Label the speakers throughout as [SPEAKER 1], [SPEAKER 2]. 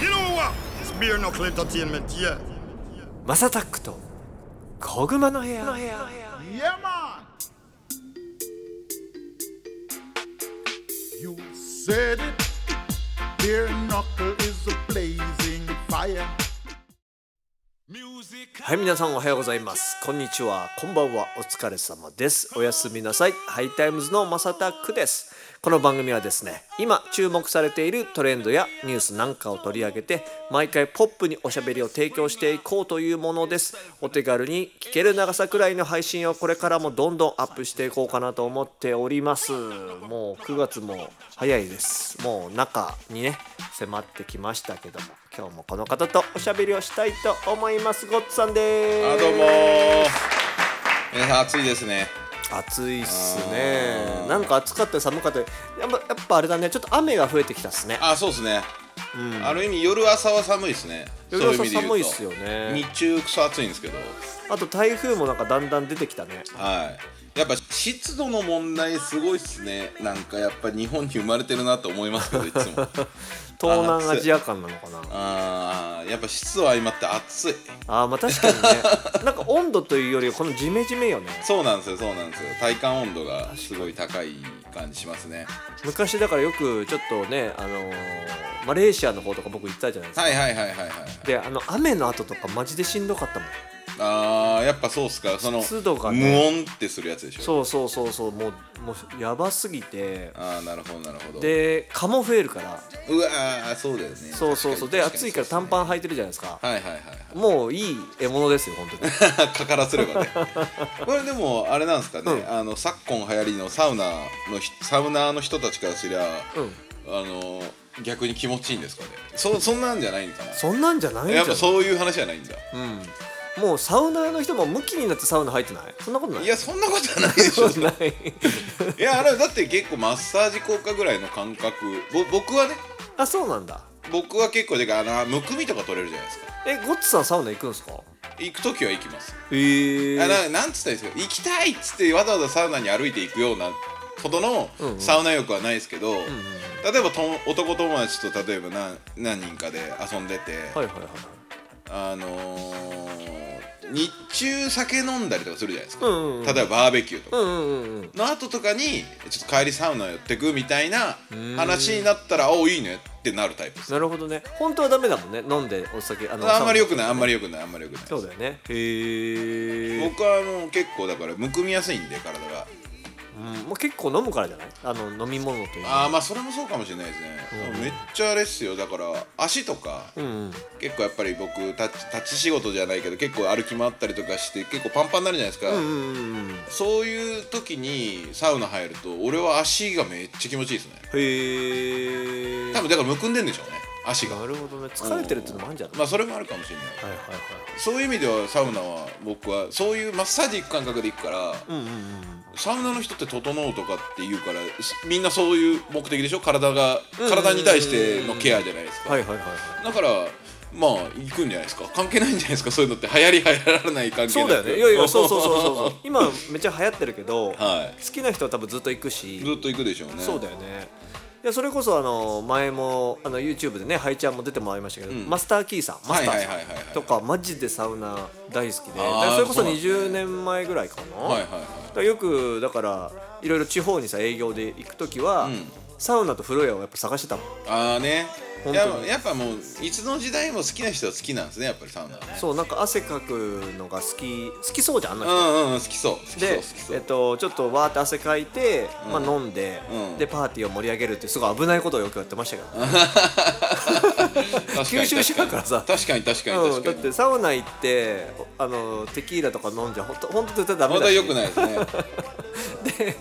[SPEAKER 1] You know what? It's beer knuckle entertainment, yeah.
[SPEAKER 2] マサタックと小熊の部屋
[SPEAKER 1] Yeah, man. You said it. Beer knuckle is a blazing fire.
[SPEAKER 2] はい皆さんおはようございますこんにちはこんばんはお疲れ様ですおやすみなさいハイタイムズのマサタックですこの番組はですね今注目されているトレンドやニュースなんかを取り上げて毎回ポップにおしゃべりを提供していこうというものですお手軽に聞ける長さくらいの配信をこれからもどんどんアップしていこうかなと思っておりますもう9月も早いですもう中にね迫ってきましたけども今日もこの方とおしゃべりをしたいと思いますゴッツさんです
[SPEAKER 3] あどうも皆さん暑いですね
[SPEAKER 2] 暑いっすねなんか暑かったり寒かったりやっぱやっぱあれだねちょっと雨が増えてきたっすね
[SPEAKER 3] あそうですね、ある意味夜朝は寒いですね
[SPEAKER 2] 夜朝
[SPEAKER 3] そういう意味で言うと
[SPEAKER 2] 寒いっすよね
[SPEAKER 3] 日中くそ暑いんですけど
[SPEAKER 2] あと台風もなんかだんだん出てきたね
[SPEAKER 3] はいやっぱ湿度の問題すごいっすねなんかやっぱ日本に生まれてるなと思いますけどいつも
[SPEAKER 2] 東南アジア間なのかな
[SPEAKER 3] あーやっぱ湿度相まって暑い
[SPEAKER 2] あーまあ確かにね なんか温度というよりはこのジメジメよね
[SPEAKER 3] そうなんですよそうなんですよ体感温度がすごい高い感じしますね
[SPEAKER 2] 昔だからよくちょっとねあのーマレーシアの方とか僕行ったじゃないですか、
[SPEAKER 3] はいはいはいはいはい
[SPEAKER 2] であの雨の後とかマジでしんどかったもん
[SPEAKER 3] あーやっぱそうっすかその
[SPEAKER 2] 湿度がね
[SPEAKER 3] 無音ってするやつでしょ
[SPEAKER 2] そうそうそうそうもうもうやばすぎて
[SPEAKER 3] ああなるほどなるほど
[SPEAKER 2] で蚊も増えるから
[SPEAKER 3] うわーそうだよね
[SPEAKER 2] そうそうそうで
[SPEAKER 3] 確
[SPEAKER 2] 暑
[SPEAKER 3] に
[SPEAKER 2] いから短パン履いてるじゃないですか
[SPEAKER 3] はいはいはいはい
[SPEAKER 2] もういい獲物ですよ本当に
[SPEAKER 3] かからすればねこれでもあれなんですかね、あの昨今流行りのサウナのひサウナーの人たちからすりゃ、
[SPEAKER 2] うん
[SPEAKER 3] あの逆に気持ちいいんですかねそそんなんじゃないんかな
[SPEAKER 2] そんなんじゃないんじゃ
[SPEAKER 3] や
[SPEAKER 2] な
[SPEAKER 3] っぱ
[SPEAKER 2] い
[SPEAKER 3] そういう話じゃないんだ、
[SPEAKER 2] うんもうサウナーの人も向きになってサウナ入ってないそんなことない
[SPEAKER 3] いやそんなことはないでし
[SPEAKER 2] そ
[SPEAKER 3] ょ
[SPEAKER 2] うない
[SPEAKER 3] いやあれだって結構マッサージ効果ぐらいの感覚ぼ僕はね
[SPEAKER 2] あそうなんだ
[SPEAKER 3] 僕は結構でかあのむくみとか取れるじゃないですか
[SPEAKER 2] えゴッツさんサウナ行くんですか
[SPEAKER 3] 行く時は行きます
[SPEAKER 2] ええ
[SPEAKER 3] あななんつったらいいんですか行きたいっつってわざわざサウナに歩いていくようなほどの
[SPEAKER 2] うんうん
[SPEAKER 3] サウナ欲はないですけど、例えばと男友達と例えば何何人かで遊んでて、
[SPEAKER 2] はいはいはい
[SPEAKER 3] あのー日中酒飲んだりとかするじゃないですか、
[SPEAKER 2] うんうんうん
[SPEAKER 3] 例えばバーベキューとか、
[SPEAKER 2] うんうんうんうん
[SPEAKER 3] の後とかにちょっと帰りサウナ寄ってくみたいな話になったら「おいいね」ってなるタイプです
[SPEAKER 2] なるほどね本当はダメだもんね飲んでお酒あの
[SPEAKER 3] あんまり良くないいあんまり良くないあんまり良くない
[SPEAKER 2] そうだよねへえ、
[SPEAKER 3] 僕はあの結構だからむくみやすいんで体が
[SPEAKER 2] うん、もう結構飲むからじゃないあの飲み物という
[SPEAKER 3] ああまあそれもそうかもしれないですね、
[SPEAKER 2] うん
[SPEAKER 3] めっちゃあれっすよだから足とか
[SPEAKER 2] うんうん
[SPEAKER 3] 結構やっぱり僕立ち立ち仕事じゃないけど結構歩き回ったりとかして結構パンパンになるじゃないですか、
[SPEAKER 2] うんうんうんうん
[SPEAKER 3] そういう時にサウナ入ると俺は足がめっちゃ気持ちいいですね
[SPEAKER 2] へえ
[SPEAKER 3] 多分だからむくんでんでしょうね足が
[SPEAKER 2] なるほどね疲れてるってのもあるんじゃない、
[SPEAKER 3] まあそれもあるかもしれない
[SPEAKER 2] はいはいはい
[SPEAKER 3] そういう意味ではサウナは僕はそういうマッサージ行く感覚で行くから
[SPEAKER 2] うんうんうん
[SPEAKER 3] サウナの人って「整う」とかって言うからすみんなそういう目的でしょ体が体に対してのケアじゃないですか
[SPEAKER 2] はいはいはいはい
[SPEAKER 3] だからまあ行くんじゃないですか関係ないんじゃないですかそういうのって流行り流行らない関係なく
[SPEAKER 2] そうだよねいやいやそうそうそうそう そう今めっちゃ流行ってるけど、
[SPEAKER 3] は
[SPEAKER 2] 好きな人は多分ずっと行く
[SPEAKER 3] い
[SPEAKER 2] し
[SPEAKER 3] ずっと行くでしょうね
[SPEAKER 2] そうだよねいやそれこそあの前もあの YouTube でねハイちゃんも出てもらいましたけど、
[SPEAKER 3] ん
[SPEAKER 2] マスターキーさんマ
[SPEAKER 3] は
[SPEAKER 2] ス
[SPEAKER 3] い
[SPEAKER 2] タ
[SPEAKER 3] は
[SPEAKER 2] ー
[SPEAKER 3] い
[SPEAKER 2] さ
[SPEAKER 3] はいはい
[SPEAKER 2] ん
[SPEAKER 3] はい
[SPEAKER 2] とかマジでサウナ大好きで
[SPEAKER 3] あー
[SPEAKER 2] だからそれこそ
[SPEAKER 3] そうなんですね
[SPEAKER 2] 20年前ぐらいかな、
[SPEAKER 3] はいはいはい
[SPEAKER 2] だからよくだからいろいろ地方にさ営業で行く時は、
[SPEAKER 3] ん
[SPEAKER 2] サウナと風呂屋をやっぱ探してたもん
[SPEAKER 3] ああね
[SPEAKER 2] 本
[SPEAKER 3] い
[SPEAKER 2] 当
[SPEAKER 3] や
[SPEAKER 2] に
[SPEAKER 3] やっぱもういつの時代も好きな人は好きなんですねやっぱりサウナはね
[SPEAKER 2] そうなんか汗かくのが好き好きそうじゃんあんな
[SPEAKER 3] う
[SPEAKER 2] 人
[SPEAKER 3] んうん好きそう好きそう
[SPEAKER 2] で
[SPEAKER 3] 好きそ
[SPEAKER 2] えっ
[SPEAKER 3] う
[SPEAKER 2] と、ちょっとわーって汗かいて、
[SPEAKER 3] うん
[SPEAKER 2] まあ、飲んで、
[SPEAKER 3] うん
[SPEAKER 2] でパーティーを盛り上げるっていうすごい危ないことをよくやってましたけど、ね
[SPEAKER 3] 確かに
[SPEAKER 2] 吸収しちゃうからさ
[SPEAKER 3] 確かに確かに
[SPEAKER 2] うん、だ
[SPEAKER 3] 確かに
[SPEAKER 2] っ
[SPEAKER 3] 確
[SPEAKER 2] てサウナ行ってあのテキーラとか飲んじゃほんとほんと絶対ダ
[SPEAKER 3] か
[SPEAKER 2] メ
[SPEAKER 3] にま
[SPEAKER 2] だ
[SPEAKER 3] だ
[SPEAKER 2] し
[SPEAKER 3] 良くないですね
[SPEAKER 2] で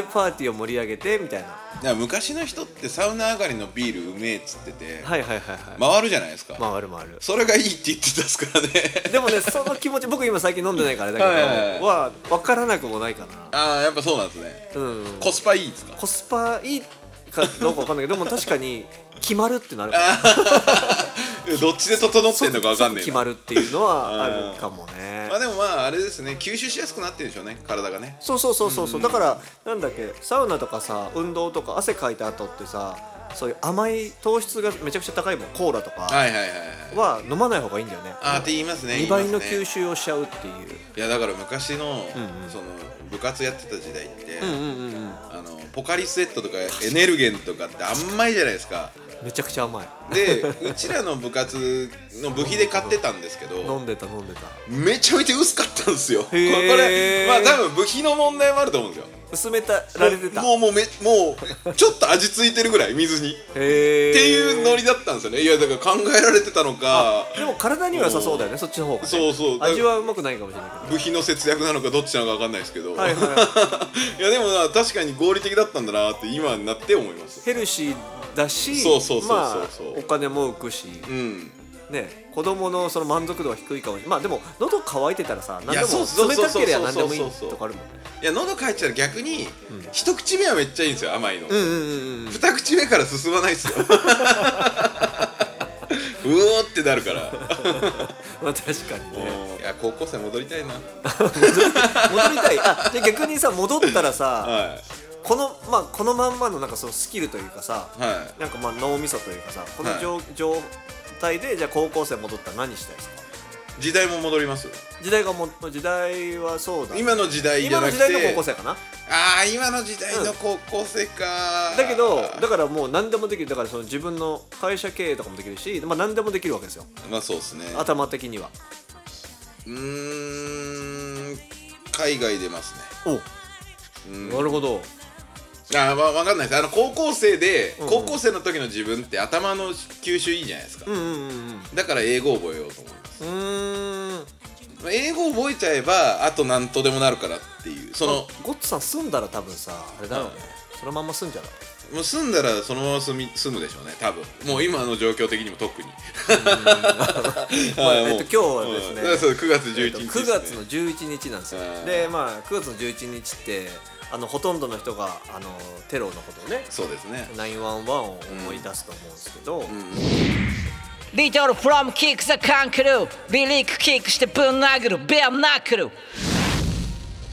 [SPEAKER 2] でパーティーを盛り上げてみたいなはい
[SPEAKER 3] や昔の人ってサウナ上がりのビールうめえっつってて、
[SPEAKER 2] いはいはいはい、
[SPEAKER 3] 回るじゃないですか、
[SPEAKER 2] 回る回る
[SPEAKER 3] それがいいって言ってたっすからね
[SPEAKER 2] でもねその気持ち僕今最近飲んでないからだけど
[SPEAKER 3] はいはいはい
[SPEAKER 2] は分からなくもないかな
[SPEAKER 3] ああやっぱそうなんですね
[SPEAKER 2] うん
[SPEAKER 3] コスパいいんですか
[SPEAKER 2] コスパいいかどうか分かんないけどでも確かに決まるってなるから
[SPEAKER 3] どっちで整ってんのかわかんねえ
[SPEAKER 2] 決
[SPEAKER 3] な
[SPEAKER 2] まるっていうのはあるかもね
[SPEAKER 3] まあでもまああれですね吸収しやすくなってるんでしょうね体がね
[SPEAKER 2] そうそうそうそうそうだからなんだっけサウナとかさ運動とか汗かいた後ってさそういう甘い糖質がめちゃくちゃ高いもんコーラとか
[SPEAKER 3] はいはいはいは
[SPEAKER 2] は
[SPEAKER 3] い
[SPEAKER 2] 飲まない方がいいんだよね
[SPEAKER 3] あーって言いますね
[SPEAKER 2] 2倍の
[SPEAKER 3] 言い
[SPEAKER 2] 吸
[SPEAKER 3] ますね
[SPEAKER 2] 収をしちゃうっていう
[SPEAKER 3] いやだから昔の,、
[SPEAKER 2] んうん
[SPEAKER 3] その部活やってた時代って、
[SPEAKER 2] うんうんうん
[SPEAKER 3] あのポカリスエットとかエネルゲンとかって甘いじゃないですか
[SPEAKER 2] めちゃくちゃ甘い
[SPEAKER 3] でうちらの部活の部費で買ってたんですけど
[SPEAKER 2] 飲んでた飲んでた
[SPEAKER 3] めちゃめちゃ薄かったんですよこ
[SPEAKER 2] ー
[SPEAKER 3] れまあ多分部費の問題もあると思うんですよ
[SPEAKER 2] 薄めたられてた
[SPEAKER 3] もうもうめもうちょっと味ついてるぐらい水に
[SPEAKER 2] へー
[SPEAKER 3] っていうノリだったんですよねいやだから考えられてたのか
[SPEAKER 2] でも体には良さそうだよねそっちの方がね
[SPEAKER 3] そうそうだから
[SPEAKER 2] 味はうまくないかもしれない
[SPEAKER 3] 部費の節約なのかどっちなのか分かんないですけど、
[SPEAKER 2] けどはいはいはい
[SPEAKER 3] いやでもな確かに合理的だったんだなって今になって思います
[SPEAKER 2] ヘルシーだし
[SPEAKER 3] そうそうそうそう
[SPEAKER 2] まあお金も浮くし
[SPEAKER 3] うん
[SPEAKER 2] ね子供のその満足度は低いかもしれないまあでも喉乾いてたらさ何
[SPEAKER 3] い
[SPEAKER 2] で
[SPEAKER 3] やそうそ
[SPEAKER 2] も
[SPEAKER 3] う
[SPEAKER 2] 冷
[SPEAKER 3] そう
[SPEAKER 2] た
[SPEAKER 3] そう
[SPEAKER 2] ければ何でもいい
[SPEAKER 3] そうそうそう
[SPEAKER 2] とかあるもんね
[SPEAKER 3] いや喉乾いてたら逆に、一口目はめっちゃいいんですよ甘いの、
[SPEAKER 2] うんうんうんうん
[SPEAKER 3] 二口目から進まない っすようおーってなるから
[SPEAKER 2] まあ確かにね
[SPEAKER 3] いや高校生戻りたいな
[SPEAKER 2] 戻りたいあで逆にさ戻ったらさ
[SPEAKER 3] は
[SPEAKER 2] このまあこのまんまのなんかそのスキルというかさ
[SPEAKER 3] いは
[SPEAKER 2] なんかまあ脳みそというかさこの
[SPEAKER 3] はい
[SPEAKER 2] 状,、状態でじゃあ高校生戻ったら何したいですか
[SPEAKER 3] い時代も戻ります
[SPEAKER 2] 時代がも時代はそうだ
[SPEAKER 3] 今の時代じ
[SPEAKER 2] 今
[SPEAKER 3] ゃ
[SPEAKER 2] の
[SPEAKER 3] なく
[SPEAKER 2] 時
[SPEAKER 3] て
[SPEAKER 2] 代の高校生かな
[SPEAKER 3] ああ今の時代の高校生か、
[SPEAKER 2] だけどだからもう何でもできるだからその自分の会社経営とかもできるし、まあ、何でもできるわけですよ
[SPEAKER 3] まあそうですね
[SPEAKER 2] 頭的には
[SPEAKER 3] うーん海外出ますね
[SPEAKER 2] お
[SPEAKER 3] うん
[SPEAKER 2] なるほど
[SPEAKER 3] あーわわかんないですあの高校生で、
[SPEAKER 2] うんうん
[SPEAKER 3] 高校生の時の自分って頭の吸収いいじゃないですか、
[SPEAKER 2] うんうんうんうん
[SPEAKER 3] だから英語覚えようと思います
[SPEAKER 2] うーん
[SPEAKER 3] 英語覚えちゃえばあと何とでもなるからっていうその
[SPEAKER 2] あゴッツさん住んだら多分さあれだろうね、そのまんま住んじゃう
[SPEAKER 3] もう住んだらそのまま住み住むでしょうね多分もう今の状況的にも特に
[SPEAKER 2] まあ
[SPEAKER 3] はいもう
[SPEAKER 2] えっと今日はですね
[SPEAKER 3] うんだからそう9月11日
[SPEAKER 2] え
[SPEAKER 3] で
[SPEAKER 2] っ
[SPEAKER 3] す
[SPEAKER 2] と
[SPEAKER 3] ね
[SPEAKER 2] 9月の11日なんですよ
[SPEAKER 3] うん
[SPEAKER 2] でまあ9月の11日ってあのほとんどの人があのテロのことをね
[SPEAKER 3] そうですね
[SPEAKER 2] 911を思い出すと思うんですけど、
[SPEAKER 4] Little from kick the kangaroo ビリックキックしてぶん殴るベアムナックル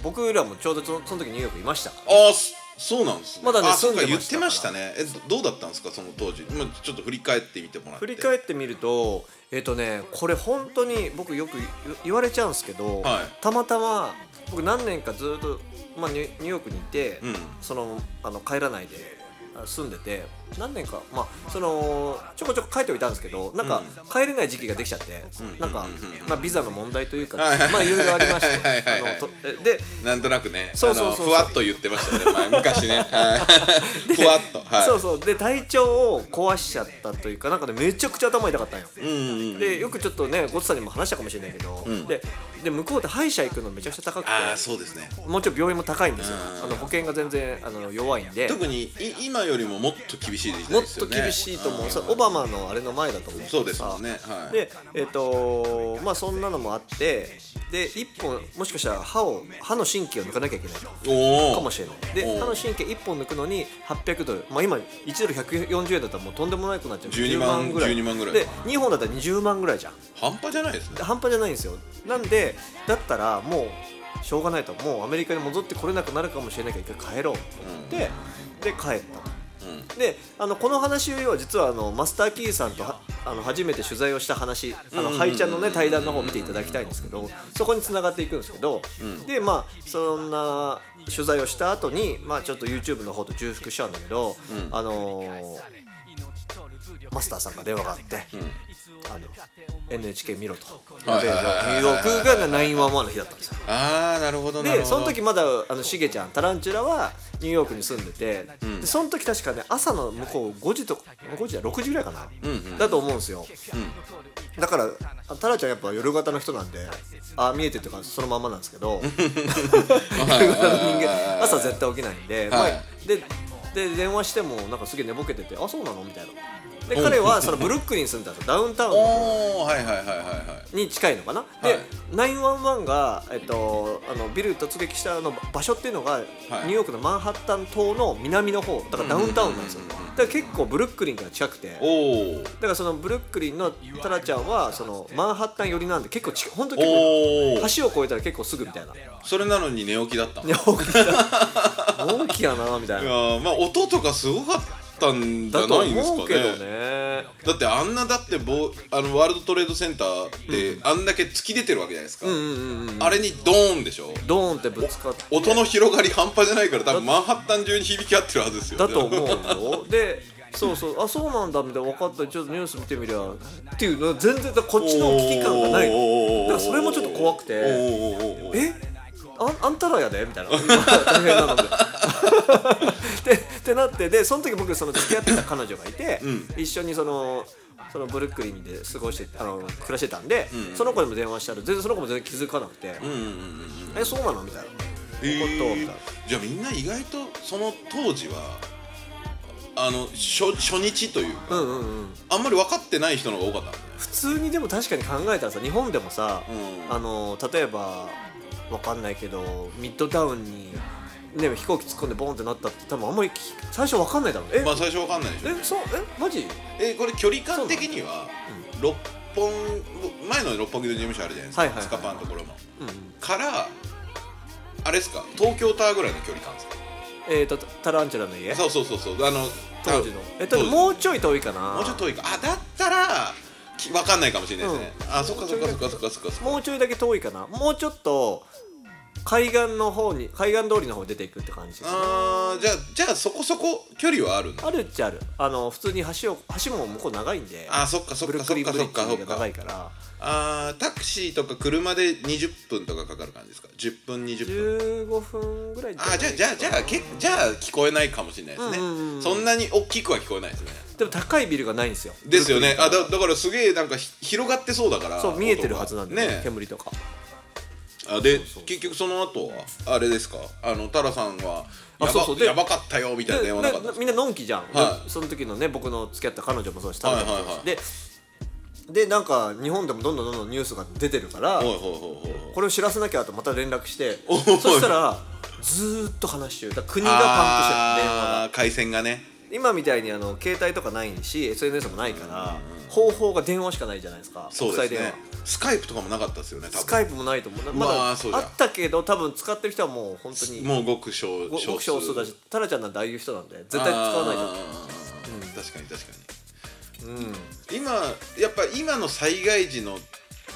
[SPEAKER 2] 僕らもちょうどそのその時ニューヨークいましたから
[SPEAKER 3] ああそそうなんですね
[SPEAKER 2] まだね
[SPEAKER 3] あそうか
[SPEAKER 2] 住んで
[SPEAKER 3] 言
[SPEAKER 2] ま
[SPEAKER 3] っ
[SPEAKER 2] してたから
[SPEAKER 3] ましたねえどどうだったんですかその当時まあちょっと振り返ってみてもらって
[SPEAKER 2] 振り返ってみるとえっ、とねこれ本当に僕よく言言われちゃうんですけど、
[SPEAKER 3] はい
[SPEAKER 2] たまたま僕何年かずっと、まあ、ニュニューヨークにいて、
[SPEAKER 3] うん
[SPEAKER 2] そのあの帰らないであ住んでて何年か、まあ、そのちょこちょこ帰っておいたんですけどなんか帰れない時期ができちゃって、なんか、まあ、ビザの問題というか、
[SPEAKER 3] はいはい
[SPEAKER 2] まあいろいろありまし
[SPEAKER 3] はい
[SPEAKER 2] て
[SPEAKER 3] はい
[SPEAKER 2] あ
[SPEAKER 3] はい
[SPEAKER 2] のとえで
[SPEAKER 3] なんとなくね、
[SPEAKER 2] そうそうそうそう
[SPEAKER 3] あのふわっと言ってましたね、前 昔ね。はいふわっと。はい、
[SPEAKER 2] そうそうで体調を壊しちゃったというかなんかねめちゃくちゃ頭痛かったんよ、
[SPEAKER 3] うんうんうん
[SPEAKER 2] でよくちょっとねゴッツさんにも話したかもしれないけど、
[SPEAKER 3] ん
[SPEAKER 2] でで向こうで歯医者行くのめちゃくちゃ高くて
[SPEAKER 3] ああ、そうですね。
[SPEAKER 2] もうちろん病院も高いんですよ
[SPEAKER 3] うん
[SPEAKER 2] あの保険が全然あの弱いんで
[SPEAKER 3] 特にい今よりももっと厳しい時代
[SPEAKER 2] もっ
[SPEAKER 3] です
[SPEAKER 2] と
[SPEAKER 3] よね。
[SPEAKER 2] 厳しいと思う、
[SPEAKER 3] ん
[SPEAKER 2] それオバマのあれの前だと思う
[SPEAKER 3] そうですもんねはい
[SPEAKER 2] でえっ、とまあそんなのもあってで1本もしかしたら歯を歯の神経を抜かなきゃいけない
[SPEAKER 3] おお。
[SPEAKER 2] かもしれないで
[SPEAKER 3] お
[SPEAKER 2] 歯の神経1本抜くのに800ドルまあ今1ドル140円だったらもうとんでもないくなっちゃう
[SPEAKER 3] 12万
[SPEAKER 2] ぐらい
[SPEAKER 3] 12万ぐらい
[SPEAKER 2] で2本だったら20万ぐらいじゃん
[SPEAKER 3] 半端じゃないですね。
[SPEAKER 2] 半端じゃないんですよなんでだったらもうしょうがないともうアメリカに戻ってこれなくなるかもしれないから一回帰ろうと思って、で帰ったと、であのこの話よりは実はあのマスター・キーさんとはあの初めて取材をした話あのハイちゃんのね対談の方を見ていただきたいんですけどそこに繋がっていくんですけど、でまあそんな取材をした後にまあちょっと YouTube の方と重複しちゃうんだけど、あのーマスターさんが電話があって、あの NHK 見ろと、
[SPEAKER 3] はい
[SPEAKER 2] でニ
[SPEAKER 3] はいはいはい
[SPEAKER 2] ューヨークが911の日だったんですよ
[SPEAKER 3] ああ、なるほどなるほ
[SPEAKER 2] で
[SPEAKER 3] ど。
[SPEAKER 2] その時まだあのしげちゃんタランチュラはニューヨークに住んでて、でその時確かね朝の向こう5時とか5時だ6時ぐらいかな、だと思うんですよ、だからあタラちゃんやっぱ夜型の人なんでああ見えてっていうかそのまんまなんですけ ど夜型の人間朝絶対起きないんで、
[SPEAKER 3] はい
[SPEAKER 2] まあでで電話してもなんかすげえ寝ぼけてて「あそうなの?」みたいなで彼はそのブルックリンに住んでたんですよダウンタウンの
[SPEAKER 3] おお、はいはいはいはいは
[SPEAKER 2] に近いのかな、で911が、えっと、あのビル突撃したあの場所っていうのが、ニューヨークのマンハッタン島の南の方だからダウンタウンなんですよだから結構ブルックリンから近くて
[SPEAKER 3] い。
[SPEAKER 2] だ
[SPEAKER 3] おお。
[SPEAKER 2] からそのブルックリンのタラちゃんはそのマンハッタン寄りなんで結構ち本当に結
[SPEAKER 3] おお
[SPEAKER 2] 構。橋を越えたら結構すぐみたいな
[SPEAKER 3] それなのに寝起きだったの。い
[SPEAKER 2] 大きだ大きやなみたいな
[SPEAKER 3] やーまあ音とかすごかっったんじ
[SPEAKER 2] だ
[SPEAKER 3] ゃ
[SPEAKER 2] と
[SPEAKER 3] ないんです
[SPEAKER 2] 思
[SPEAKER 3] か
[SPEAKER 2] うけど
[SPEAKER 3] ね
[SPEAKER 2] ね
[SPEAKER 3] だってあんなだってボあのワールドトレードセンターって、あんだけ突き出てるわけじゃないですか、あれにドーンでしょ
[SPEAKER 2] ドーンってぶつかって
[SPEAKER 3] 音の広がり半端じゃないから多分マンハッタン中に響き合ってるはずですよ
[SPEAKER 2] だと思う よでそうそうあそうなんだみたいな分かったちょっとニュース見てみりゃっていうのは全然こっちの危機感がないだからそれもちょっと怖くて
[SPEAKER 3] て
[SPEAKER 2] えああんたらやでみたいな大変なので。 ってってなってでその時僕その付き合ってた彼女がいて、一緒にその。そのブルックリンで過ごしてあの暮らしてたんで、その子にも電話したら全然その子も全然気づかなくて「えそうなの?」みたいな「怒ったわ」みたいな
[SPEAKER 3] じゃあみんな意外とその当時はあの初初日という
[SPEAKER 2] う
[SPEAKER 3] か、
[SPEAKER 2] んうんうん
[SPEAKER 3] あんまり分かってない人の方が多かったんだね
[SPEAKER 2] 普通にでも確かに考えたらさ日本でもさ、
[SPEAKER 3] うん
[SPEAKER 2] あの例えばわかんないけどミッドタウンに、ね、飛行機突っ込んでボンってなったって多分あんまりき最初わかんないだろうねえ、
[SPEAKER 3] まあ最初分かんないでしょ
[SPEAKER 2] えそうえマジ
[SPEAKER 3] えこれ距離感的には六本前の六本木の事務所あるじゃないですか、
[SPEAKER 2] はいはいはい
[SPEAKER 3] スカパンのところも、
[SPEAKER 2] んうん
[SPEAKER 3] からあれですか東京タワーぐらいの距離感ですか
[SPEAKER 2] えー、とタランチュラの家
[SPEAKER 3] そうそうそうそうあの
[SPEAKER 2] 当時の
[SPEAKER 3] あ
[SPEAKER 2] えっと
[SPEAKER 3] 当時
[SPEAKER 2] もうちょい遠いかな
[SPEAKER 3] もうちょっと遠いかあだったらき分かんないかもしれないですね、あそっかそっかそっかそっかそっかそっか
[SPEAKER 2] もうちょいだけ遠いかなもうちょっと海岸の方に海岸通りの方に出ていくって感じ
[SPEAKER 3] あーじゃあじゃあそこそこ距離はあるの
[SPEAKER 2] あるっちゃあるあの普通に橋を橋も向こう長いんで
[SPEAKER 3] あそっかそっ
[SPEAKER 2] ブル
[SPEAKER 3] か
[SPEAKER 2] ック
[SPEAKER 3] そっ
[SPEAKER 2] リン
[SPEAKER 3] か
[SPEAKER 2] ブリ
[SPEAKER 3] そっかそ
[SPEAKER 2] ッ
[SPEAKER 3] っ
[SPEAKER 2] ジが長
[SPEAKER 3] か
[SPEAKER 2] いから
[SPEAKER 3] あータクシーとか車で20分とかかかる感じですか10分20分
[SPEAKER 2] 15分ぐらい
[SPEAKER 3] あーじゃあじゃあじゃあけじゃあ聞こえないかもしれないですね、
[SPEAKER 2] うんうんうん
[SPEAKER 3] そんなに大きくは聞こえないですね
[SPEAKER 2] でも高いビルがないんですよ
[SPEAKER 3] ですよねあだだからすげえなんかひ広がってそうだから
[SPEAKER 2] そう見えてるはずなんで、
[SPEAKER 3] ね
[SPEAKER 2] ね
[SPEAKER 3] ね
[SPEAKER 2] 煙とか
[SPEAKER 3] あで結局その後はあれですかあのタラさんはやば
[SPEAKER 2] あそうそうで
[SPEAKER 3] やばかったよみたいな電話なかったんです
[SPEAKER 2] みんなのんきじゃん、
[SPEAKER 3] はい
[SPEAKER 2] その時のね僕の付き合った彼女もそうした
[SPEAKER 3] はいはいはい
[SPEAKER 2] ででなんか日本でもどんどんどんどんニュースが出てるから
[SPEAKER 3] かおいおいおいおい
[SPEAKER 2] これを知らせなきゃとまた連絡して
[SPEAKER 3] おい
[SPEAKER 2] そしたらずーっと話してるだから国がパンクしてる電話が
[SPEAKER 3] あー回線がね
[SPEAKER 2] 今みたいにあの携帯とかないし SNS もないから方法が電話しかないじゃないですか
[SPEAKER 3] そう
[SPEAKER 2] 国
[SPEAKER 3] です
[SPEAKER 2] 際電
[SPEAKER 3] ね
[SPEAKER 2] 話
[SPEAKER 3] スカイプとかもなかったですよね多分
[SPEAKER 2] スカイプもないと思うまだ、
[SPEAKER 3] まあ
[SPEAKER 2] あ
[SPEAKER 3] そうじゃん
[SPEAKER 2] ったけど多分使ってる人はもう本当に
[SPEAKER 3] もうごく少
[SPEAKER 2] ごごく少数だしタラちゃんなんてああいう人なんで絶対使わないじゃん
[SPEAKER 3] あー確かに確かに、今やっぱ今の災害時の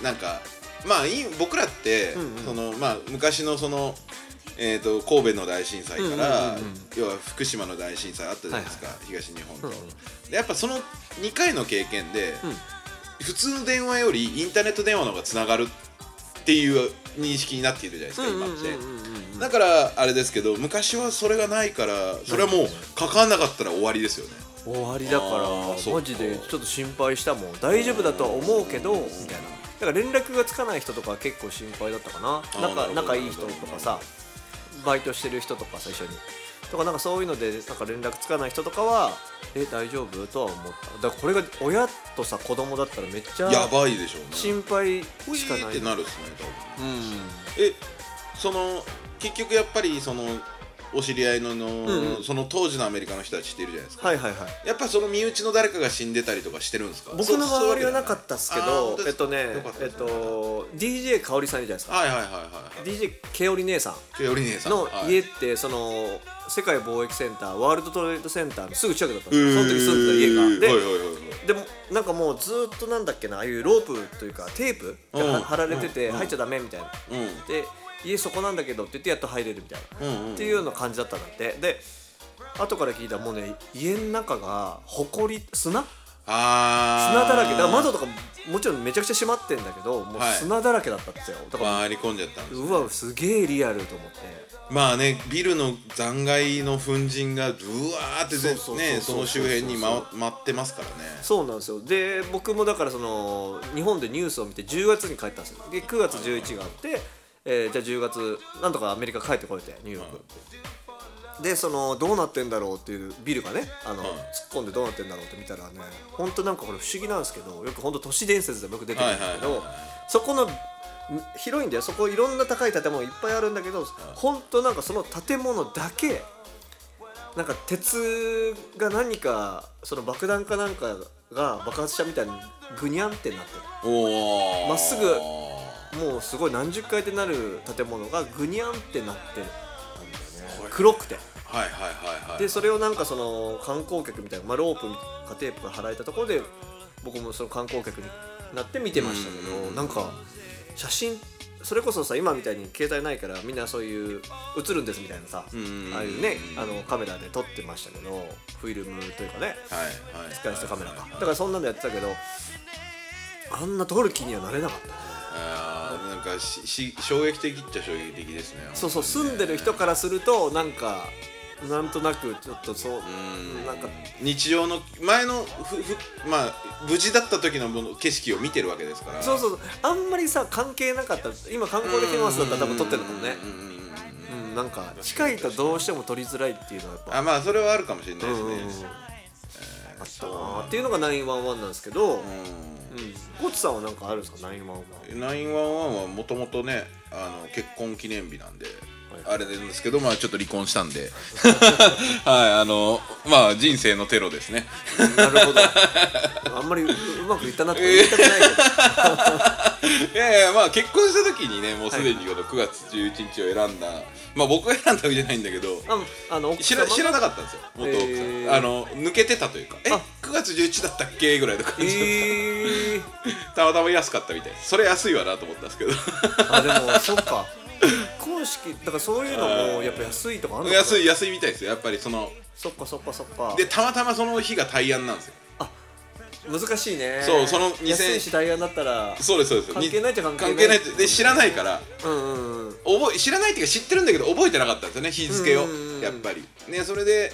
[SPEAKER 3] なんかまあい僕らって、そのまあ、昔のその、えー、と神戸の大震災から、要は福島の大震災あったじゃないですか、東日本と、でやっぱその2回の経験で、普通の電話よりインターネット電話の方がつながるっていう認識になっているじゃないですか、今って。だからあれですけど昔はそれがないからそれはもうかかんなかったら終わりですよね
[SPEAKER 2] 終わりだか
[SPEAKER 3] あーそ
[SPEAKER 2] ら
[SPEAKER 3] っか
[SPEAKER 2] マジでちょっと心配したもん大丈夫だとは思うけどみたいなだから連絡がつかない人とかは結構心配だったかな
[SPEAKER 3] なるほ
[SPEAKER 2] 仲
[SPEAKER 3] ど
[SPEAKER 2] 仲いい人とかさバイトしてる人とか最初にとかなんかそういうのでなんか連絡つかない人とかはえ大丈夫とは思っただからこれが親とさ子供だったらめっちゃ
[SPEAKER 3] やばいでしょうね
[SPEAKER 2] 心配
[SPEAKER 3] ほい
[SPEAKER 2] しか
[SPEAKER 3] ー
[SPEAKER 2] な
[SPEAKER 3] っ
[SPEAKER 2] い
[SPEAKER 3] てなるっすね多分
[SPEAKER 2] うん
[SPEAKER 3] えその結局やっぱりそのお知り合いのの、
[SPEAKER 2] んうん
[SPEAKER 3] その当時のアメリカの人たちっているじゃないですか
[SPEAKER 2] はいはいはい
[SPEAKER 3] やっぱその身内の誰かが死んでたりとかしてるんですか
[SPEAKER 2] 僕の周りはなかった
[SPEAKER 3] っ
[SPEAKER 2] っすけ
[SPEAKER 3] あー
[SPEAKER 2] ど
[SPEAKER 3] 本当で
[SPEAKER 2] え
[SPEAKER 3] す
[SPEAKER 2] っ
[SPEAKER 3] か
[SPEAKER 2] とね
[SPEAKER 3] よかった
[SPEAKER 2] えっ
[SPEAKER 3] ですね
[SPEAKER 2] と DJ かおりさんいるじゃないですか
[SPEAKER 3] はいはいはいはい
[SPEAKER 2] DJ けおり姉さん
[SPEAKER 3] ケオリ姉さん
[SPEAKER 2] の
[SPEAKER 3] はい
[SPEAKER 2] 家ってその世界貿易センターワールドトレードセンターのすぐ近くだったん
[SPEAKER 3] うー
[SPEAKER 2] ですよ
[SPEAKER 3] ん
[SPEAKER 2] その時住んでた
[SPEAKER 3] は
[SPEAKER 2] 家が
[SPEAKER 3] いはいはいはい
[SPEAKER 2] ででもなんかもうずーっとなんだっけなああいうロープというかテープが
[SPEAKER 3] うん
[SPEAKER 2] は貼られてて
[SPEAKER 3] うん
[SPEAKER 2] 入っちゃダメみたいな
[SPEAKER 3] うん
[SPEAKER 2] で家そこなんだけどって言ってやっと入れるみたいな
[SPEAKER 3] うんうん
[SPEAKER 2] っていうような感じだったんだってで後から聞いたらもうね家の中がほこり砂
[SPEAKER 3] あー
[SPEAKER 2] 砂だらけだから窓とかもちろんめちゃくちゃ閉まってんだけどもう
[SPEAKER 3] はい
[SPEAKER 2] 砂だらけだったんですよだから
[SPEAKER 3] 回り込んじゃったんですね
[SPEAKER 2] うわすげえリアルと思って
[SPEAKER 3] まあねビルの残骸の粉塵がうわーって
[SPEAKER 2] そうそうそ
[SPEAKER 3] ぜ
[SPEAKER 2] うそう
[SPEAKER 3] ねその周辺に
[SPEAKER 2] そう
[SPEAKER 3] ま
[SPEAKER 2] そ
[SPEAKER 3] 待ってますからね
[SPEAKER 2] そうなんですよで僕もだからその日本でニュースを見て10月に帰ったんですよで9月11があって、えーじゃあ10月なんとかアメリカ帰ってこれてニューヨーク、でそのどうなってんだろうっていうビルがねあの、
[SPEAKER 3] はい
[SPEAKER 2] 突っ込んでどうなってんだろうって見たらね本当なんかこれ不思議なんですけどよく本当都市伝説でもよく出てくるんですけど、
[SPEAKER 3] はいはいはい
[SPEAKER 2] そこのん広いんだよそこいろんな高い建物いっぱいあるんだけど本当なんかその建物だけなんか鉄が何かその爆弾かなんかが爆発したみたいにぐにゃんってなって
[SPEAKER 3] おお
[SPEAKER 2] まっすぐるもうすごい何十階ってなる建物がぐにゃんってなってたんだよね黒くて
[SPEAKER 3] はいはいはいはい
[SPEAKER 2] でそれをなんかその観光客みたいな、まあ、ロープかテープが払えたところで僕もその観光客になって見てましたけど、なんか写真それこそさ今みたいに携帯ないからみんなそういう映るんですみたいなさ、
[SPEAKER 3] ん
[SPEAKER 2] ああいうねあのカメラで撮ってましたけどフィルムというかね
[SPEAKER 3] はいはい
[SPEAKER 2] 使い捨てカメラかだからそんなのやってたけどあんな撮る気にはなれなかったね
[SPEAKER 3] あーなんかしし衝撃的っちゃ衝撃的ですね
[SPEAKER 2] そうそう住んでる人からするとなんかなんとなくちょっとそうなんか
[SPEAKER 3] 日常の前のふふまあ無事だった時のもの景色を見てるわけですから
[SPEAKER 2] そうそうそうあんまりさ関係なかった今観光できますだったら多分撮ってるのかもね
[SPEAKER 3] うんうんうん
[SPEAKER 2] うんなんか近いとどうしても撮りづらいっていうのはやっぱ
[SPEAKER 3] あまあそれはあるかもしれないですね
[SPEAKER 2] あったなーっていうのが911なんですけど、うん、コツさんはなんかあるんですか911は
[SPEAKER 3] 911はもともとねあの結婚記念日なんで、あれなんですけどまあちょっと離婚したんで はいあのまあ人生のテロですね
[SPEAKER 2] なるほどあんまりううまくいったなとか言いたくないけど、
[SPEAKER 3] いやいやまあ結婚した時にねもうすでにこの9月11日を選んだ、まあ僕が選んだわけじゃないんだけど
[SPEAKER 2] ああの奥
[SPEAKER 3] 知
[SPEAKER 2] 様
[SPEAKER 3] ら
[SPEAKER 2] が
[SPEAKER 3] 知らなかったんですよ元奥さん、
[SPEAKER 2] へー
[SPEAKER 3] あの抜けてたというかえ
[SPEAKER 2] あ
[SPEAKER 3] 9月11だったっけぐらいの感じだった、
[SPEAKER 2] えー、
[SPEAKER 3] たまたま安かったみたいそれ安いわなと思ったんですけ ど
[SPEAKER 2] あでもそっか結婚式だからそういうのもやっぱ安いとかあるのかな
[SPEAKER 3] 安い安いみたいですよやっぱりその
[SPEAKER 2] そっかそっかそっか
[SPEAKER 3] でたまたまその日が対案なんですよ
[SPEAKER 2] 難しいね
[SPEAKER 3] そうその2000
[SPEAKER 2] 安いし代案だったら
[SPEAKER 3] そうですそうです
[SPEAKER 2] 関係ないっちゃ関係ない
[SPEAKER 3] 関係ないってで知らないから
[SPEAKER 2] うんうんうん
[SPEAKER 3] 覚え知らないっていうか知ってるんだけど覚えてなかったんですよね日付を
[SPEAKER 2] うんうんうん
[SPEAKER 3] やっぱりねそれで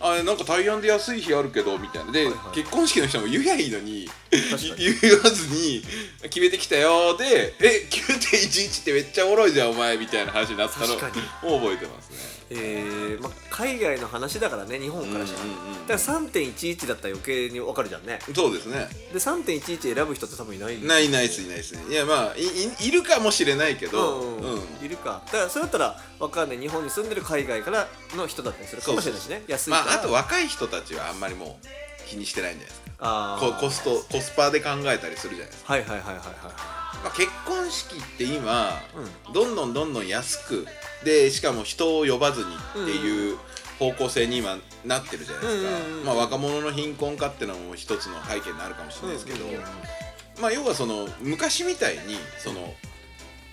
[SPEAKER 3] あなんか対案で安い日あるけどみたいなで、
[SPEAKER 2] はいはい
[SPEAKER 3] 結婚式の人も言えばいいのに
[SPEAKER 2] 確かに
[SPEAKER 3] 言わずに決めてきたよで「え9.11ってめっちゃおもろいじゃんお前」みたいな話になったのを
[SPEAKER 2] 確か
[SPEAKER 3] 覚
[SPEAKER 2] に
[SPEAKER 3] えてますね
[SPEAKER 2] えーまあ、海外の話だからね日本からしたら、
[SPEAKER 3] うんうんうん
[SPEAKER 2] だから3.11だったら余計に分かるじゃんね
[SPEAKER 3] そうですね
[SPEAKER 2] で3.11選ぶ人って多分いないんだよ
[SPEAKER 3] ないないっすいないっすねいやまあいいいるかもしれないけど
[SPEAKER 2] うんうん
[SPEAKER 3] うん
[SPEAKER 2] いるかだからそれだったら分かんない日本に住んでる海外からの人だったりするかもしれないしね安い
[SPEAKER 3] ま
[SPEAKER 2] から、
[SPEAKER 3] ああと若い人たちはあんまりもう気にしてないんじゃないですか
[SPEAKER 2] あ
[SPEAKER 3] こ
[SPEAKER 2] ー
[SPEAKER 3] コストコスパで考えたりするじゃないですか
[SPEAKER 2] はいはいはいはいは
[SPEAKER 3] まあ、結婚式って今、
[SPEAKER 2] う
[SPEAKER 3] どんどんどんどん安くでしかも人を呼ばずにっていう方向性に今なってるじゃないですか、
[SPEAKER 2] うんうんうん
[SPEAKER 3] まあ、若者の貧困化っていうのも一つの背景になるかもしれないですけど、
[SPEAKER 2] うんうんうん
[SPEAKER 3] まあ、要はその昔みたいにその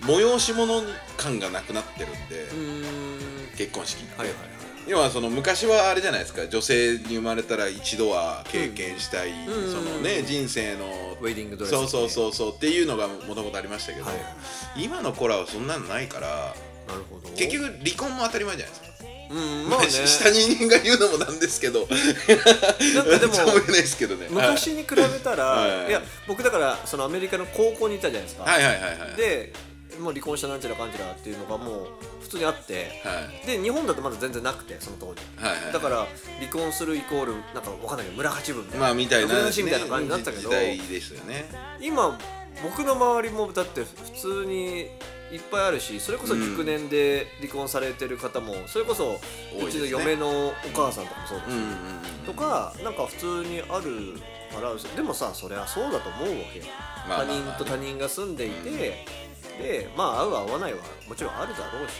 [SPEAKER 3] 催し物感がなくなってるんで、
[SPEAKER 2] いうーん
[SPEAKER 3] 結婚式って。
[SPEAKER 2] はいはいはい
[SPEAKER 3] 要はその昔はあれじゃないですか女性に生まれたら一度は経験したい、
[SPEAKER 2] うん
[SPEAKER 3] その
[SPEAKER 2] うんうんう
[SPEAKER 3] ね
[SPEAKER 2] ん
[SPEAKER 3] 人生の
[SPEAKER 2] ウェディングドレス
[SPEAKER 3] そうそうそうそうっていうのがもともとありましたけど、
[SPEAKER 2] はい
[SPEAKER 3] 今の子らはそんなのないから
[SPEAKER 2] なるほど
[SPEAKER 3] 結局離婚も当たり前じゃないですか、
[SPEAKER 2] うんまあね
[SPEAKER 3] 下に人が言うのもなんですけ ど
[SPEAKER 2] なんかでも
[SPEAKER 3] そうも言えないですけどね
[SPEAKER 2] 昔に比べたら、
[SPEAKER 3] はい
[SPEAKER 2] い、や僕だからそのアメリカの高校にいたじゃないですか、
[SPEAKER 3] はいはいはいはいはい
[SPEAKER 2] でもう離婚したなんちゃらかんちゃらっていうのがもう普通にあって
[SPEAKER 3] はい
[SPEAKER 2] で日本だとまだ全然なくてその当時
[SPEAKER 3] はいはい
[SPEAKER 2] だから離婚するイコールなんかわかんないけど村八分みたいな,、
[SPEAKER 3] まあみたいな、
[SPEAKER 2] みたいな感じになったけど
[SPEAKER 3] 時代ですよね
[SPEAKER 2] 今僕の周りもだって普通にいっぱいあるしそれこそ熟年で離婚されてる方も、それこそ
[SPEAKER 3] 多
[SPEAKER 2] う
[SPEAKER 3] い
[SPEAKER 2] ち
[SPEAKER 3] です
[SPEAKER 2] の
[SPEAKER 3] ね
[SPEAKER 2] 嫁のお母さんとかもそうだし、
[SPEAKER 3] うんうんうん
[SPEAKER 2] とかなんか普通にあるからでもさそりゃそうだと思うわけよ、
[SPEAKER 3] まあまあまあ
[SPEAKER 2] 他人と他人が住んでいて、でまあ合う合わないはもちろんあるだろうし、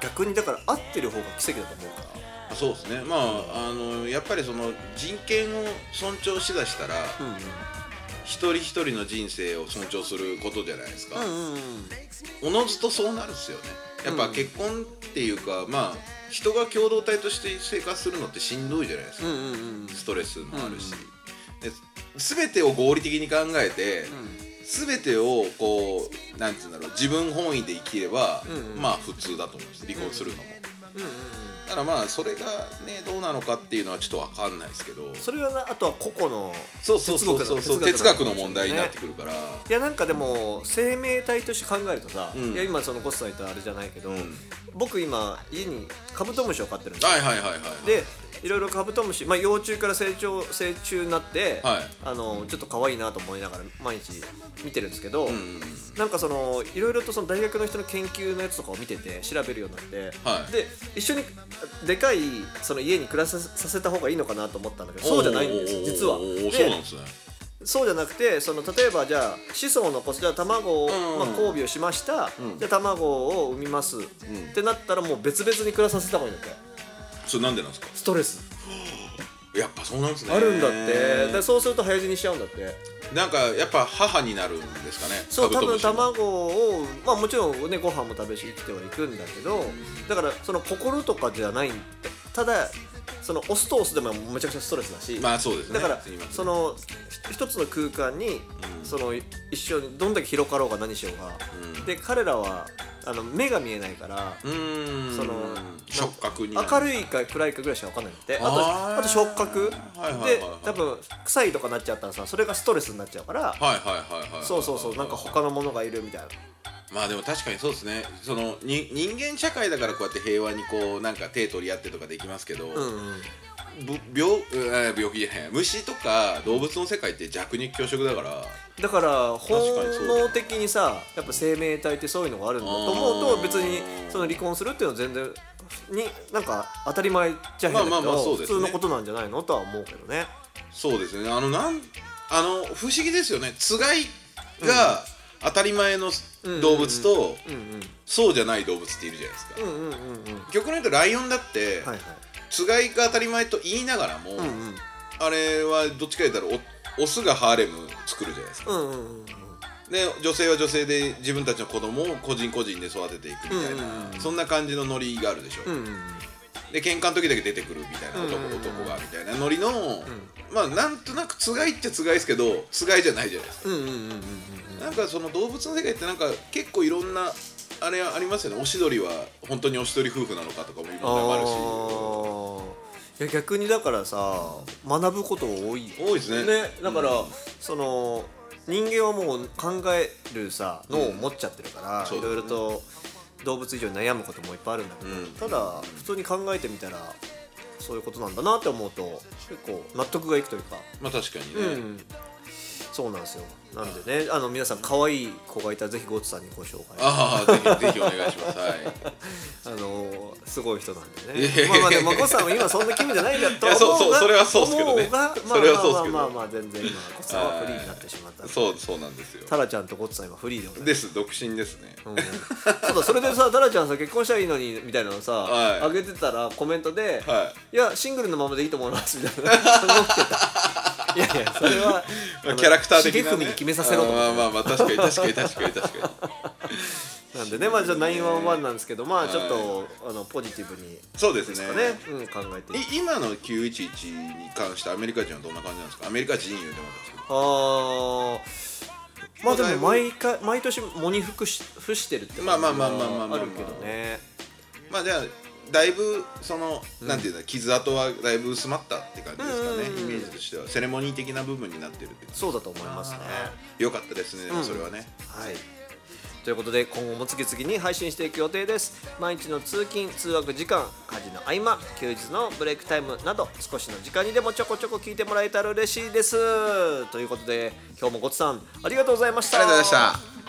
[SPEAKER 2] 逆にだから合ってる方が奇跡だと思うから
[SPEAKER 3] そうですねまああのやっぱりその人権を尊重しだしたら、
[SPEAKER 2] うん
[SPEAKER 3] 一人一人の人生を尊重することじゃないですか、
[SPEAKER 2] うんうん
[SPEAKER 3] おのずとそうなるっすよねやっぱ結婚っていうか、まあ人が共同体として生活するのってしんどいじゃないですか、
[SPEAKER 2] うんうんうん
[SPEAKER 3] ストレスもあるし、で全てを合理的に考えて、全てをこうなんつうんだろう自分本位で生きれば、
[SPEAKER 2] うんうん
[SPEAKER 3] まあ普通だと思うんです離婚するのも、だからまあそれがねどうなのかっていうのはちょっとわかんないですけど
[SPEAKER 2] それはなあとは個々の
[SPEAKER 3] そうそうそうそうそう哲学の問題になって
[SPEAKER 2] る
[SPEAKER 3] くるから、
[SPEAKER 2] いやなんかでも生命体として考えるとさ、
[SPEAKER 3] うん
[SPEAKER 2] いや今そのコスさん言ったあれじゃないけど、
[SPEAKER 3] ん
[SPEAKER 2] 僕今家にカブトムシを飼ってるんですよ
[SPEAKER 3] はいはいはいはい
[SPEAKER 2] でいろいろカブトムシ、まあ、幼虫から成長成虫になって、
[SPEAKER 3] はい
[SPEAKER 2] あのちょっと可愛いなと思いながら毎日見てるんですけど、
[SPEAKER 3] うん
[SPEAKER 2] なんかそのいろいろとその大学の人の研究のやつとかを見てて調べるようになって、
[SPEAKER 3] はい
[SPEAKER 2] で一緒にでかいその家に暮らささせた方がいいのかなと思ったんだけどそうじゃないんですよ実は。
[SPEAKER 3] おーおーそうな
[SPEAKER 2] で
[SPEAKER 3] んですね
[SPEAKER 2] そうじゃなくてその例えばじゃあ子孫を残すじゃあ卵を、
[SPEAKER 3] ん
[SPEAKER 2] まあ、交尾をしました、じゃあ卵を産みます、ってなったらもう別々に暮らさせた方がいいんだって。
[SPEAKER 3] それなんでなんですか
[SPEAKER 2] ストレス
[SPEAKER 3] やっぱそうなんですね
[SPEAKER 2] あるんだって、でそうすると早死にしちゃうんだって
[SPEAKER 3] なんかやっぱ母になるんですかね
[SPEAKER 2] そう多
[SPEAKER 3] カブトム
[SPEAKER 2] 分
[SPEAKER 3] シも
[SPEAKER 2] 卵をまあもちろんねご飯も食べし生きてはいくんだけどだからその心とかじゃないんだただそのオスとオスでもめちゃくちゃストレスだし、
[SPEAKER 3] まあそうですね
[SPEAKER 2] だから
[SPEAKER 3] すいません
[SPEAKER 2] そのひ一つの空間に、その一緒にどんだけ広かろうが何しようが、
[SPEAKER 3] うん
[SPEAKER 2] で彼らはあの目が見えないから、
[SPEAKER 3] うーん
[SPEAKER 2] その
[SPEAKER 3] 触覚に
[SPEAKER 2] 明
[SPEAKER 3] い
[SPEAKER 2] るいか暗いかぐらいしか分かんないってあ
[SPEAKER 3] あ
[SPEAKER 2] と
[SPEAKER 3] ー
[SPEAKER 2] あと触覚
[SPEAKER 3] はいはいはいはい
[SPEAKER 2] で多分臭いとかなっちゃったらさそれがストレスになっちゃうから
[SPEAKER 3] はいはいはいはい
[SPEAKER 2] そうそうそうなんか他のものがいるみたいな
[SPEAKER 3] まあでも確かにそうですねそのに人間社会だからこうやって平和にこうなんか手取り合ってとかできますけど、
[SPEAKER 2] うんうん
[SPEAKER 3] ぶ病うんあ病気じゃない虫とか動物の世界って弱肉強食だから
[SPEAKER 2] だから
[SPEAKER 3] 確かにそ
[SPEAKER 2] 本
[SPEAKER 3] うだ
[SPEAKER 2] 能的にさやっぱ生命体ってそういうのがあるんだと思うと
[SPEAKER 3] あー
[SPEAKER 2] 別にその離婚するっていうのは全然になんか当たり前じゃ変だけ
[SPEAKER 3] まあまあまあそ
[SPEAKER 2] ど
[SPEAKER 3] う
[SPEAKER 2] 普
[SPEAKER 3] です
[SPEAKER 2] 通
[SPEAKER 3] ね
[SPEAKER 2] のことなんじゃないのとは思うけどね
[SPEAKER 3] そうですねあのなんあの不思議ですよねつがいが当たり前の動物と、
[SPEAKER 2] うんうん
[SPEAKER 3] そうじゃない動物っているじゃないですか、
[SPEAKER 2] うんうんうんうん
[SPEAKER 3] 極論言うとライオンだって、
[SPEAKER 2] はいはい
[SPEAKER 3] つがいが当たり前と言いながらも、
[SPEAKER 2] うんうん
[SPEAKER 3] あれはどっちか言ったらおオスがハーレム作るじゃないですか
[SPEAKER 2] うんうんうんうん
[SPEAKER 3] で女性は女性で自分たちの子供を個人個人で育てていくみたいな、そんな感じのノリがあるでしょ、
[SPEAKER 2] うんうんうん
[SPEAKER 3] で喧嘩の時だけ出てくるみたいな男,、男がみたいなノリの、まあなんとなくつがいっちゃつがいですけどつがいじゃないじゃないですか、
[SPEAKER 2] うんうんうんうん
[SPEAKER 3] なんかその動物の世界ってなんか結構いろんなあれありますよねおしどりは本当におしどり夫婦なのかとかもいろんなのもあるし
[SPEAKER 2] あーいや逆にだからさ学ぶこと多いよ
[SPEAKER 3] 多いですね
[SPEAKER 2] ねだから、
[SPEAKER 3] うん
[SPEAKER 2] その人間はもう考えるさ脳を持っちゃってるから、
[SPEAKER 3] そう
[SPEAKER 2] いろいろと動物以上に悩むこともいっぱいあるんだけど、
[SPEAKER 3] うん
[SPEAKER 2] ただ普通に考えてみたらそういうことなんだなって思うと結構納得がいくというか、
[SPEAKER 3] まあ確かに
[SPEAKER 2] う
[SPEAKER 3] ね、
[SPEAKER 2] ん、そうなんですよなんでねあの皆さん可愛い子がいたらぜひゴッツさんにご紹介
[SPEAKER 3] ああぜひぜひお願いしますはい
[SPEAKER 2] あのーすごい人なんで
[SPEAKER 3] いや
[SPEAKER 2] ね
[SPEAKER 3] いやいや
[SPEAKER 2] まあまあでもまこさんは今そんな気味じゃないんだと
[SPEAKER 3] いやそう
[SPEAKER 2] 思うが
[SPEAKER 3] そうそれはそうっすけどね
[SPEAKER 2] 思うがまあ
[SPEAKER 3] それはそうっすけど
[SPEAKER 2] まあまあまあまあ全然今まこさんはフリーになってしまったんで
[SPEAKER 3] そうそうなんですよ
[SPEAKER 2] タラちゃんとゴッツさん今フリーでございます
[SPEAKER 3] です独身ですね、
[SPEAKER 2] うんそうだそれでさタラちゃんさ結婚したらいいのにみたいなのさ、
[SPEAKER 3] はい
[SPEAKER 2] 上げてたらコメントで、、
[SPEAKER 3] はい
[SPEAKER 2] やシングルのままでいいと思いますみ たいな思ってたいやいやそれは
[SPEAKER 3] まあキャラクター的な、ね、
[SPEAKER 2] 重文に決めさせろと
[SPEAKER 3] あー
[SPEAKER 2] 思
[SPEAKER 3] ま
[SPEAKER 2] っ
[SPEAKER 3] あまあまあ確かに確かに確かに確かに
[SPEAKER 2] なんでねまあじゃあ911なんですけどまあちょっと、あのポジティブに
[SPEAKER 3] そうです
[SPEAKER 2] で
[SPEAKER 3] ね
[SPEAKER 2] すかねうん、考えていき
[SPEAKER 3] い今の911に関してアメリカ人はどんな感じなんですかアメリカ人言うてもらったんですけど
[SPEAKER 2] あーまあでも
[SPEAKER 3] まあだ
[SPEAKER 2] 毎回毎年喪に服し伏してるって
[SPEAKER 3] まあまあ
[SPEAKER 2] 感じは
[SPEAKER 3] まあまあまあまあまあ
[SPEAKER 2] るけどね
[SPEAKER 3] まあじゃあだいぶその、なんていうんだ傷跡はだいぶ薄まったって感じですかね、
[SPEAKER 2] うんうんうん
[SPEAKER 3] イメージとしてはセレモニー的な部分になってるって
[SPEAKER 2] そうだと思いますね
[SPEAKER 3] よかったですね、でもそれはね
[SPEAKER 2] はいということで今後も次々に配信していく予定です毎日の通勤通学時間家事の合間休日のブレイクタイムなど少しの時間にでもちょこちょこ聞いてもらえたら嬉しいですということで今日もごつさんありがとうございました
[SPEAKER 3] ありがとうございました